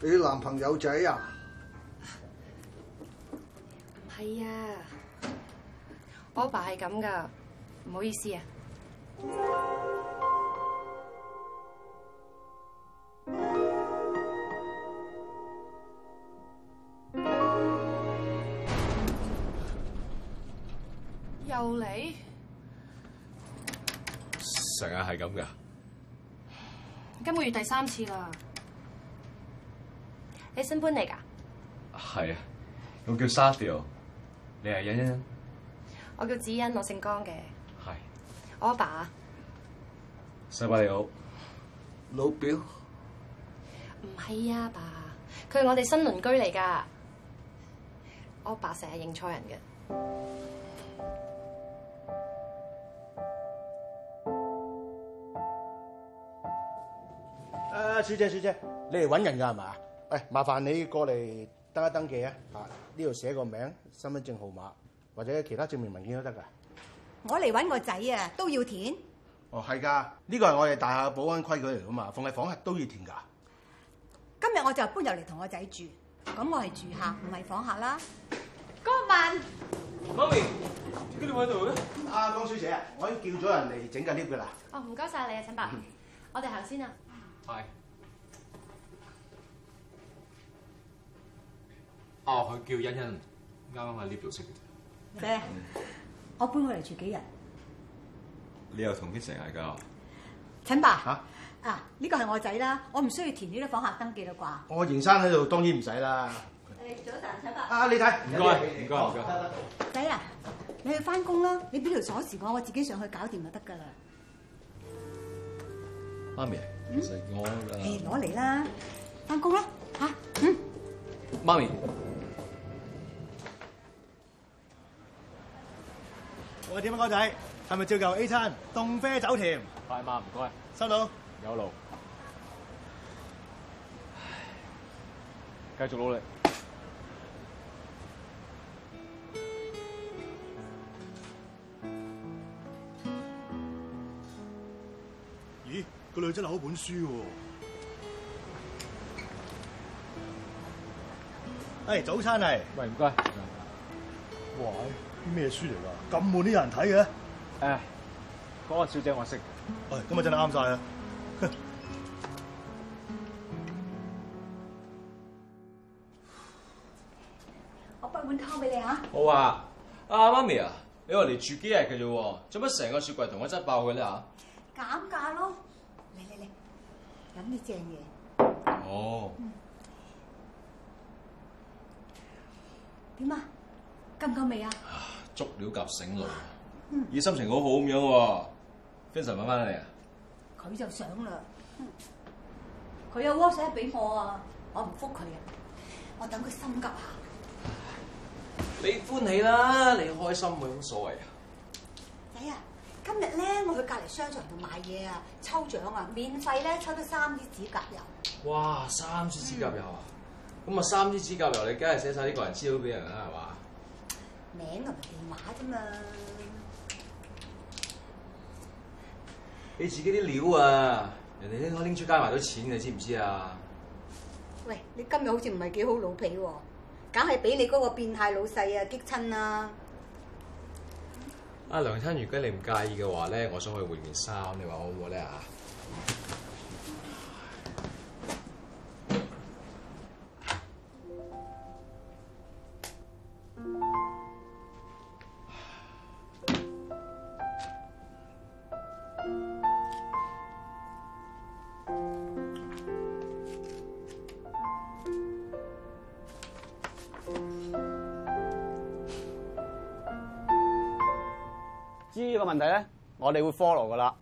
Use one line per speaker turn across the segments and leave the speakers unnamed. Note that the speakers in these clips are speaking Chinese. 你男朋友仔啊？
唔係啊，我阿爸係咁噶，唔好意思啊。又嚟？
成日係咁噶。
今個月第三次啦。你新搬嚟㗎？
係啊，我叫沙雕，你係欣欣。
我叫子欣，我姓江嘅。
係，
我阿爸
西伯你好。
老表，
唔係啊，爸，佢係我哋新鄰居嚟㗎。我阿爸成日認錯人嘅。
啊，小姐，小姐，你嚟揾人㗎係嘛？喂，麻煩你過嚟登一登記啊！啊，呢度寫個名、身份證號碼或者其他證明文件都得㗎。
我嚟揾個仔啊，都要填。
哦，係㗎，呢個係我哋大廈嘅保安規矩嚟㗎嘛，逢係訪客都要填㗎。
今日我就搬入嚟同我仔住，咁我係住客，唔係訪客啦。
江萬，
媽咪，點解你喺度嘅？啊，江小姐啊，我已經叫咗人嚟整緊 lift 㗎啦。
哦，唔該晒你啊，陳伯。我哋行先啊。
係。哦，佢叫欣欣，啱啱喺呢度識嘅。
姐，我搬過嚟住幾日？
你又同啲成日啊㗎？
陳爸
嚇
啊，呢個係我仔啦，我唔需要填呢啲訪客登記啦啩。
我賢生喺度當然唔使啦。
誒，早晨，陳爸。
啊，你睇，
唔該唔該唔該
得得
仔啊，你去翻工啦，你俾條鎖匙我，我自己上去搞掂就得㗎啦。
媽咪，其實我呃
誒，
誒，
攞嚟啦，翻工啦嚇，嗯。
媽咪，
喂，點啊，哥仔，係咪照舊 A 餐凍啡走甜？
快媽唔該，
收到。
有路，繼續努力。
咦，個女仔留咗本書喎。誒，哎早餐嚟。
喂，唔該。
哇，啲咩書嚟㗎？咁悶啲有人睇嘅？
誒，嗰個小姐我識。
喂，咁啊真係啱晒啦。
我煲碗湯俾你嚇。
好啊，啊媽咪啊，你話嚟住幾日嘅啫喎，做乜成個雪櫃同我擠爆嘅咧嚇？
減價咯！嚟嚟嚟，飲啲正嘢。
哦，
點啊？夠唔夠味啊？
足料夾醒路，咦心情好好咁樣喎。Vincent 翻返嚟啊？
佢就想啦。佢有 WhatsApp 俾我啊，我唔覆佢啊。我等佢心急下。
你歡喜啦，你開心有乜所謂啊？
仔啊，今日咧我去隔離商場度買嘢啊，抽獎啊，免費咧抽到三支指甲油。
哇，三支指甲油啊！咁啊，三支指甲油你梗係寫晒啲個人資料俾人啦，係嘛？
名同埋電話啫嘛。
你自己啲料啊，人哋拎拎出街賣到錢，你知唔知啊？
喂，你今日好似唔係幾好老皮喎、梗係俾你嗰個變態老細啊激親啦。
啊梁生，如果你唔介意嘅話咧，我想去換件衫，你話好唔好咧啊？
知呢個問題咧，我哋會 follow 噶啦。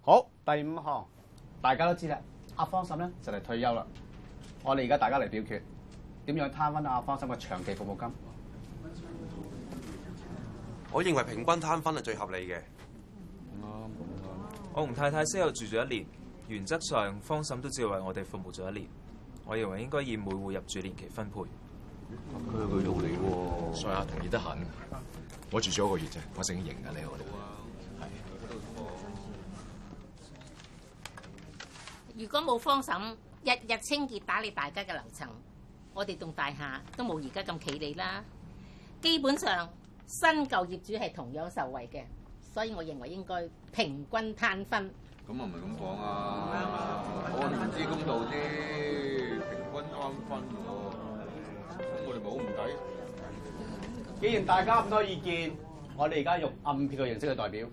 好，第五項，大家都知啦，阿方嬸咧就嚟退休啦。我哋而家大家嚟表決，點樣攤
啊
分阿方嬸嘅長期服務金？
我認為平均攤分係最合理嘅。我同太太先後住咗一年，原則上方嬸都只係為我哋服務咗一年。我認為應該以每戶入住年期分配。
佢有佢道理喎，所以啊，同意得很。我住咗一個月啫，我成型㗎你我哋。
如果冇方嬸，日日清潔打理大家嘅樓層，我哋棟大廈都冇而家咁企理啦。基本上新舊業主係同樣受惠嘅，所以我認為應該平均攤分。
咁啊唔係咁講啊，我哋唔知公道啲，平均安分喎，咁我哋咪好唔抵。
既然大家咁多意見，我哋而家用暗票嘅形式去代表。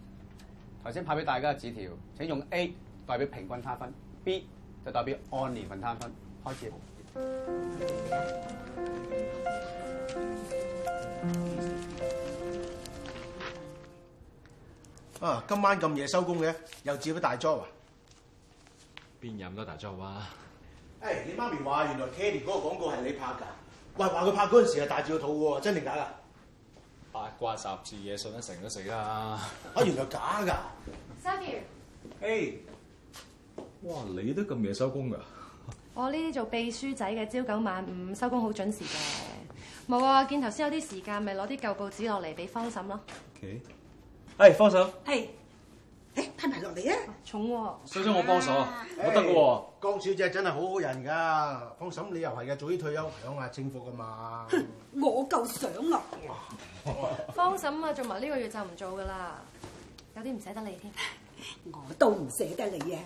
頭先派俾大家嘅紙條，請用 A 代表平均攤分，B 就代表按年份攤分。開始。
啊，今晚咁夜收工嘅，又接咗大 job 啊？
邊有咁多大 job 啊？
誒、哎你媽咪話原來 Kelly 嗰個廣告係你拍㗎，喂，話佢拍嗰陣時係大住個肚喎，真定假啊㗎？
八卦雜誌嘢信得成都死啦！
啊，原來假㗎！
Xavier，
誒，哇！你都咁夜收工㗎？
我呢啲做秘書仔嘅朝九晚五，收工好準時嘅。冇啊，見頭先有啲時間，咪攞啲舊報紙落嚟俾方嬸咯。
OK，
誒，放手，
係，誒攤埋落嚟啊！重喎、
想唔想我幫手啊？我得㗎
喎
喎。，
哎江小姐真係好好人㗎，放心，你又係嘅，早啲退休享下清福㗎嘛。
我夠想啊！
方嬸啊，做埋呢個月就唔做噶啦，有啲唔捨得你添。
我都唔捨得你啊！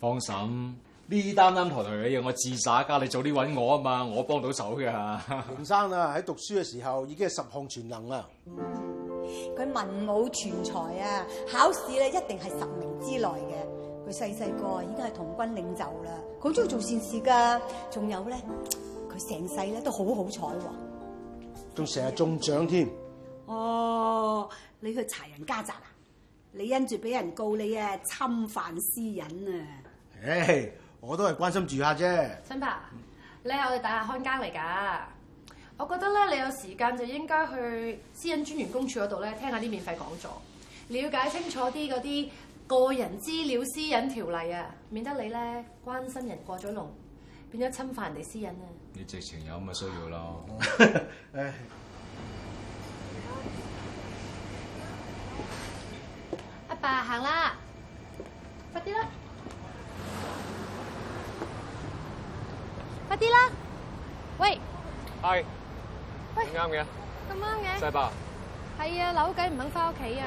放心，呢單啱台台嘅嘢我自耍㗎，你早啲揾我啊嘛，我幫到手㗎。
林生啊，喺讀書嘅時候已經係十項全能啦。
佢文武全才啊，考試咧一定係十名之內嘅。佢細細個啊已經係童軍領袖啦，佢好中意做善事㗎。仲有咧，佢成世咧都好好彩喎。
仲成日中獎添。
哦，你去查人家宅啊？你因住俾人告你啊，侵犯私隱啊！
唉，我都係關心住客啫。
新伯，你係我哋大廈看更嚟㗎。我覺得咧，你有時間就應該去私隱專員公署嗰度咧，聽下啲免費講座，了解清楚啲嗰啲個人資料私隱條例啊，免得你咧關心人過咗龍，變咗侵犯人哋私隱啊。
你直情有咁嘅需要 咯。
唉，
阿爸行啦，快啲啦，快啲啦！喂，
係，啱嘅，
咁啱嘅。
細伯，
係啊，扭計唔肯翻屋企啊！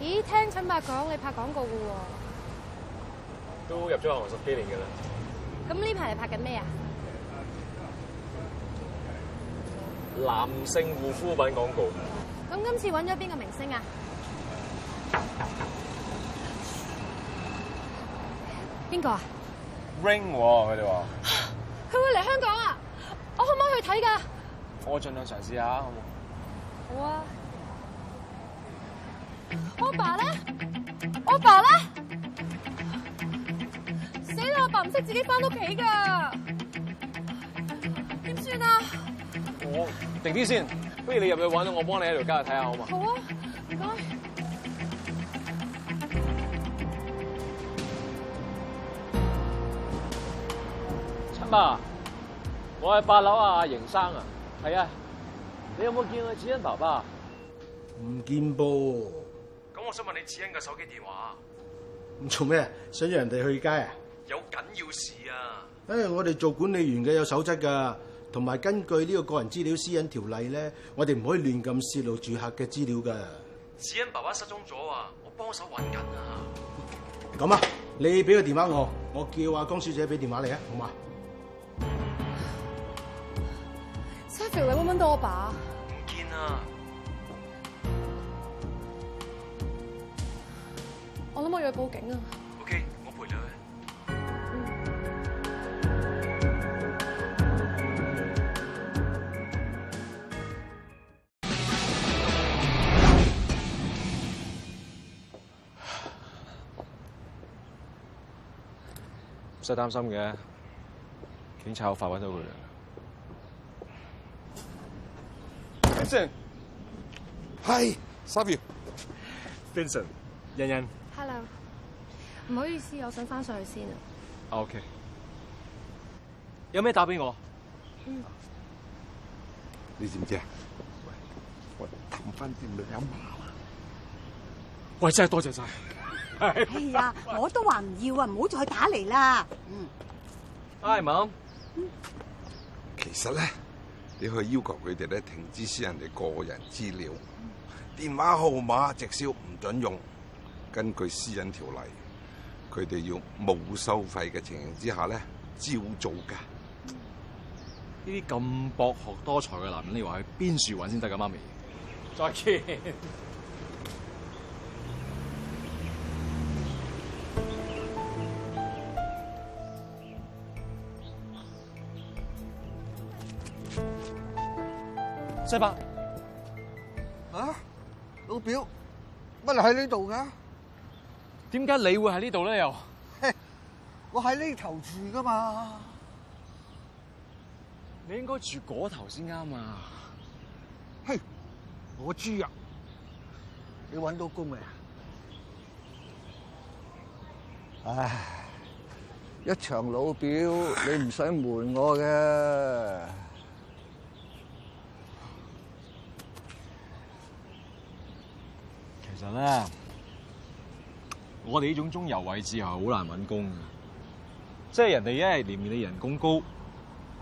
咦，聽陳伯講你拍廣告嘅
都入咗行十幾年嘅啦，
喎，咁呢排你拍緊咩啊？
男性護膚品廣告，
咁今次揾咗邊個明星啊？邊個啊？
ring 喎，佢哋話，
佢會嚟香港啊！我可唔可以去睇㗎？
我盡量嘗試下，好冇？
好啊！我爸咧，我爸咧，死啦！我爸唔識自己翻屋企㗎，點算啊？
我定啲先，不如你入去揾我，幫你喺條街度睇下好嘛？
好啊，唔該。
親爸，我係八樓啊，阿邢生啊，係啊，你有冇見過子恩爸爸？
唔見噃，
咁我想問你子恩嘅手機電話，
唔做咩？想約人哋去街啊？
有緊要事啊？
唉，我哋做管理員嘅有守則㗎，同埋根據呢個個人資料私隱條例咧，我哋唔可以亂咁泄露住客嘅資料㗎。
子恩爸爸失蹤咗啊，我幫手揾緊啊。
咁啊，你俾個電話我，我叫阿江小姐俾電話你啊，好嘛？
Sophie，你有冇揾到我爸？
唔見啊！
我諗我要去報警啊！
OK，我陪你去。唔使擔心嘅，警察好快揾到佢哋。Vincent，係
哎
s a v i Vincent，欣欣
Hello，唔好意思，我想翻上去先啊。
，OK，有咩打俾我？
嗯，
你知唔知啊？喂，喂，氹翻啲女人麻啦！
喂，真係多謝晒。
哎 呀，我都話唔要啊，唔好再打嚟啦。嗯，
Hi mom，
其實咧，你可以要求佢哋咧停止私人哋個人資料、電話號碼、直銷唔准用。根據私隱條例，佢哋要冇收費嘅情形之下咧，照做㗎。
呢啲咁博學多才嘅男人，你話去邊處揾先得㗎？媽咪，
再 見。
細伯，
啊，老表，乜你喺呢度噶？
點解你會喺呢度咧？又
我喺呢頭住噶嘛。
你應該住嗰頭先啱啊！
嘿，我知啊。你揾到工未啊？唉，一場老表，你唔使瞞我嘅。
其實咧，我哋呢種中游位置係好難揾工嘅，即係人哋一係嫌你人工高，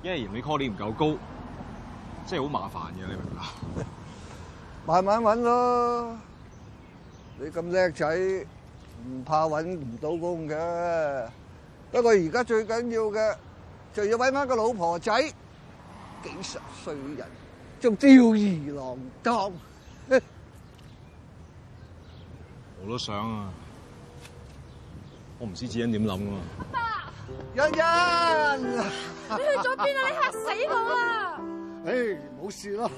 一係嫌你 call 你唔夠高，即係好麻煩嘅，你明唔明啊？
慢慢揾咯。你咁叻仔，唔怕揾唔到工嘅。不過而家最緊要嘅，就要揾翻個老婆仔，幾十歲人仲吊兒郎當。
我都想啊，我唔知子欣點諗啊。
欣欣，
你去咗邊啊？你嚇死我啊！
唉，冇事咯。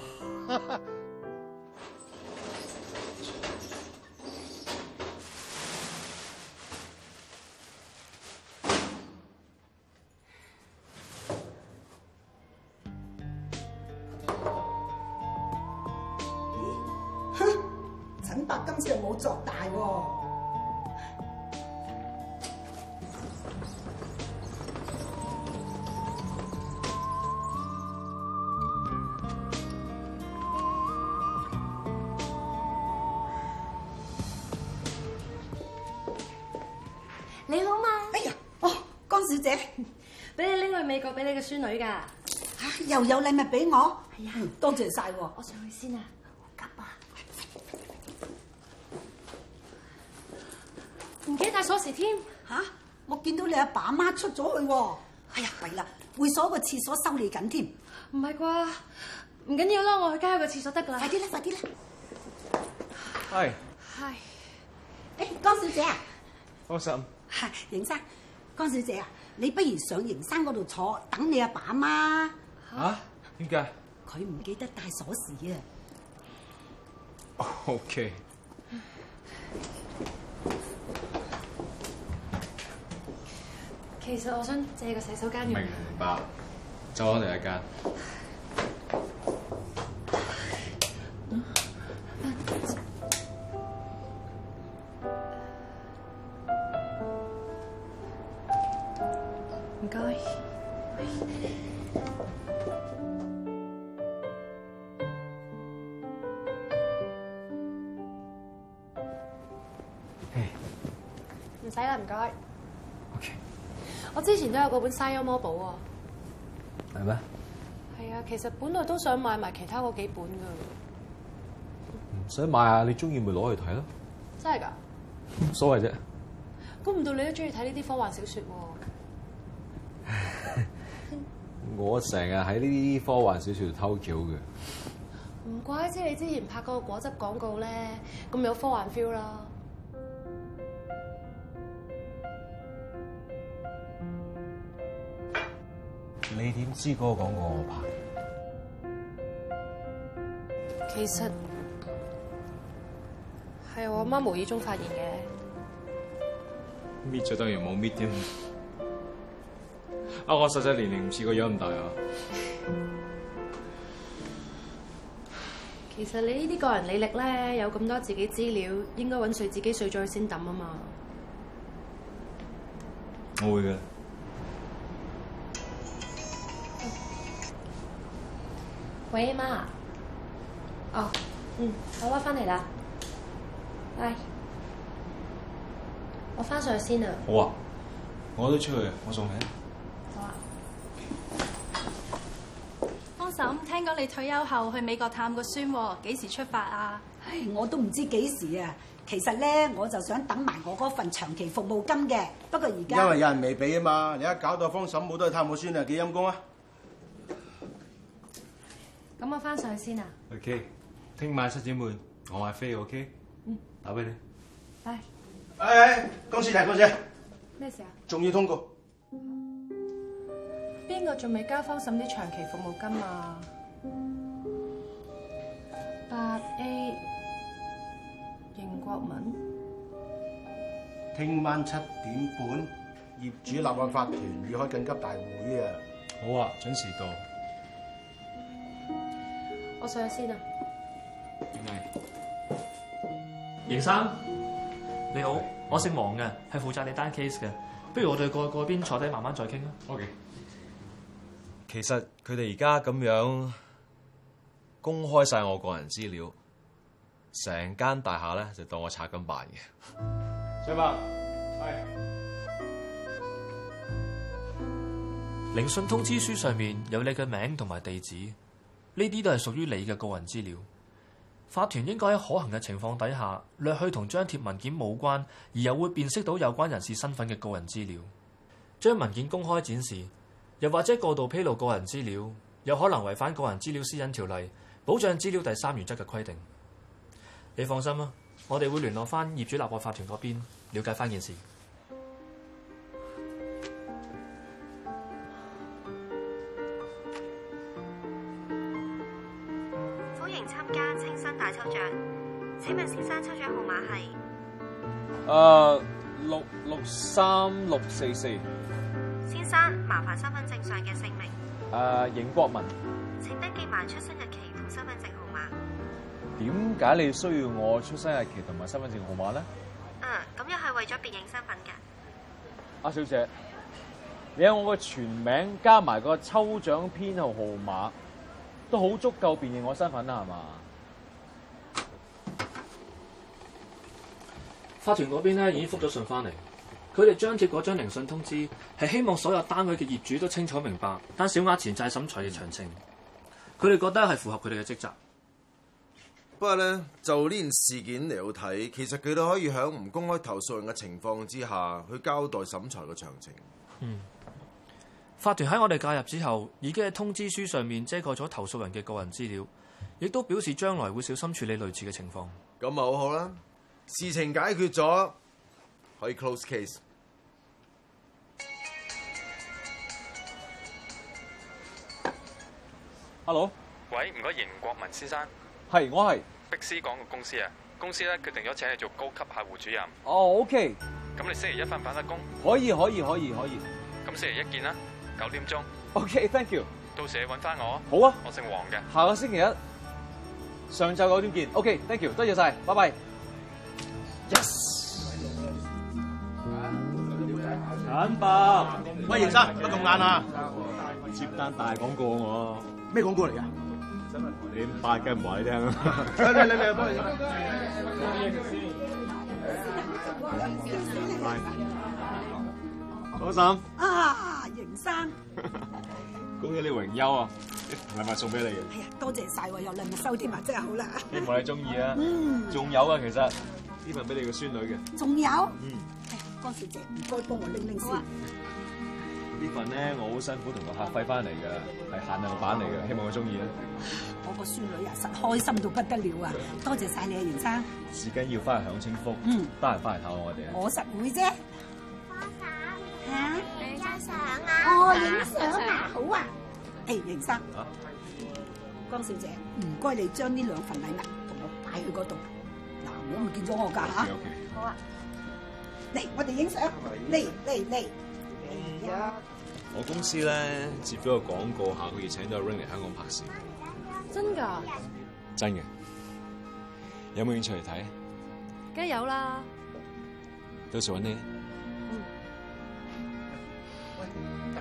陳伯今次又冇作大喎。
你好嘛？哎呀，
哦，江小姐，
俾你拎去美國俾你嘅孫女㗎。
嚇，又有禮物俾我？係啊，多謝晒喎。
我上去先啊。唔記得帶鎖匙添。
嚇！我見到你阿爸阿媽出咗去喎。哎呀，弊啦！會所個廁所修理緊添。
唔係啩？唔緊要啦，我去街個廁所得㗎啦。快
啲啦，快啲啦！
係，
係。
誒，江小姐啊，
放心。
係邢生，江小姐啊，你不如上邢生嗰度坐，等你阿爸阿媽。
嚇？點解
佢唔記得帶鎖匙啊！
？OK。
其實我想借個洗手間
明
用。
明白，走我哋一間。
唔該。唔使啦，唔該。OK。我之前都有嗰本《西幽魔寶》喎。
係咩？
係啊，其實本來都想買埋其他嗰幾本㗎，
唔使買啊，你中意咪攞去睇咯，
真係㗎。
冇所謂啫。
估唔到你都中意睇呢啲科幻小説喎。
我成日喺呢啲科幻小説度偷竅嘅。
唔怪之你之前拍嗰個果汁廣告咧，咁有科幻 feel 啦。
你點知嗰個廣告我拍？
其實係我媽無意中發現嘅。
搣咗當然冇搣添。 啊，我實際年齡唔似個樣咁大啊！
其實你呢啲個人履歷咧，有咁多自己資料，應該揾碎自己碎咗佢先抌啊嘛。
我會嘅。
喂，媽。啊哦，嗯，我媽翻嚟啦。拜。我翻上去先啊。
好啊，我都出
啊
去，我送你。
啊方嬸，聽講你退休後去美國探個孫喎，幾時出發啊？
唉，我都唔知幾時啊。其實咧，我就想等埋我嗰份長期服務金嘅。不過而家
因為有人未俾啊嘛，你一搞到方嬸冇得去探我孫啊，幾陰公啊！
咁我翻上去先啊。
OK，聽晚七點半我買飛，OK？
嗯，
打俾你。
拜。
誒，公司大公司，
咩事啊？
仲要通告。
邊個仲未交方嬸啲長期服務金啊？八 A 邢國文。
聽晚七點半，業主立案法團要開緊急大會啊！
好啊，準時到。
我上去先啊。
邢生，你好，我姓黃嘅，係負責你單 case 嘅。不如我哋過去嗰邊坐低慢慢再傾啊啦。
OK。
其實佢哋而家咁樣公開晒我個人資料，成間大廈咧就當我拆咁辦嘅。
上吧，係。
聆訊通知書上面有你嘅名同埋地址，呢啲都係屬於你嘅個人資料。法團應該喺可行嘅情況底下，略去同張貼文件冇關，而又會辨識到有關人士身份嘅個人資料。將文件公開展示，又或者過度披露個人資料，有可能違反個人資料私隱條例保障資料第三原則嘅規定。你放心啦，我哋會聯絡翻業主立案法團嗰邊，了解翻件事。
歡迎參加清新大抽獎。請問先生抽獎號碼係？
誒，啊六六三六四四，
先生，麻煩身份證上嘅姓名，
誒，啊邢國文，
請登記埋出生日期同身份證號碼。
點解你需要我出生日期同埋身份證號碼咧？
嗯，咁又係為咗辨認身份嘅。
阿小姐，你有我個全名加埋個抽獎編號號碼，都好足夠辨認我身份啦，係嘛？
法團嗰邊咧已經覆咗信翻嚟，佢哋張貼嗰張聆訊通知係希望所有單位嘅業主都清楚明白單小額錢債審裁嘅詳情，佢哋覺得係符合佢哋嘅職責。
不過咧，就呢件事件嚟到睇，其實佢哋可以喺唔公開投訴人嘅情況之下，去交代審裁嘅詳情。
嗯，法團喺我哋介入之後，已經喺通知書上面遮蓋咗投訴人嘅個人資料，亦都表示將來會小心處理類似嘅情況。
咁咪好好啦，事情解決咗，可以 close case。
Hello，
喂，唔該，邢國文先生，
係我係。
碧斯廣告公司啊，公司咧決定咗請你做高級客戶主任，
哦，OK，
咁你星期一翻唔翻得工？
可以可以可以可以
咁星期一見啦，九點鐘，
，OK，thank you。
到時你揾翻我。
好啊，
我姓黃嘅。
下個星期一上晝九點見。OK，thank you，多謝晒，拜拜。Yes。坦白，
喂，邢生，乜咁晏啊？
接單大廣告我，
咩廣告嚟㗎？
你八梗唔話你聽啦。
嚟嚟嚟嚟，幫你。
老沈，
啊，邢生，
恭喜你榮休啊！禮物送俾你嘅，
哎呀，多謝晒喎，有禮物收添啊，真係好啦。
希望你中意啊
嗯！
仲有啊，其實呢份俾你個孫女嘅，
仲有，哎
嗯，
江小姐，唔該幫我拎拎先。
呢份咧我好辛苦同個客費翻嚟嘅，係限量版嚟嘅，希望佢中意啊！
我個孫女啊，實開心到不得了啊！多謝晒你啊，邢生，
至緊要翻去享清福，
嗯，
得閒翻嚟探我哋啊！
我實會啫。嚇！
你張相啊？
哦，影相啊，好啊。誒，邢生，
啊
江小姐，唔該你將呢兩份禮物同我擺去嗰度。嗱，我唔見咗我㗎嚇。好啊。嚟，我哋影相。嚟嚟嚟。嚟啊！
我公司咧接咗個廣告，下個月請咗阿 Ring 嚟香港拍攝，
真㗎？
真嘅，有冇興趣嚟睇？
梗係有啦。
到時揾你啊。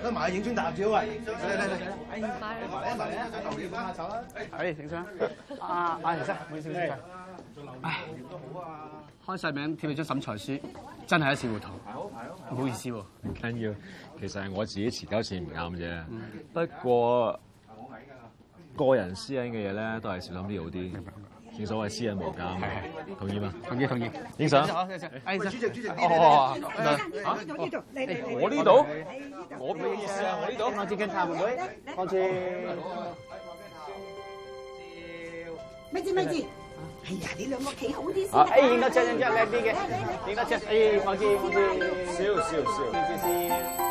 Hãy subscribe cho kênh Ghiền Mì Gõ Để không bỏ lỡ
得埋影張大合照啊！嚟嚟嚟，
嚟嚟嚟
嚟嚟下手啦！
誒，影 相。啊啊，先生，唔好意思，先生。唉開晒名貼你張審裁書，真係一次糊塗。唔好意思喎。
唔緊要，其實係我自己持交線唔啱啫。不過個人私隱嘅嘢咧，都係小心啲好啲。正所謂私隱無價嘛，同意嗎？
同意同意。
影相。
好影相
喂主席主席呢
哦
呢呢
哦哦
呢呢度呢度嚟嚟嚟
我呢度
嚟呢，度
我咩意思啊？我呢度，我接近探佢，我接。
咪住咪住，哎呀，你兩個企好啲先
啊
啦！
哎影多張影多張靚啲嘅
嚟嚟嚟
影多張哎我知我知
笑
笑笑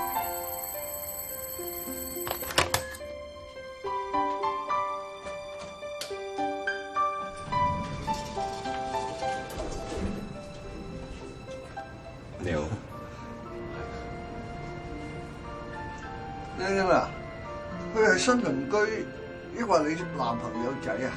你好，
靚英啊，佢係新鄰居，抑或你男朋友仔啊？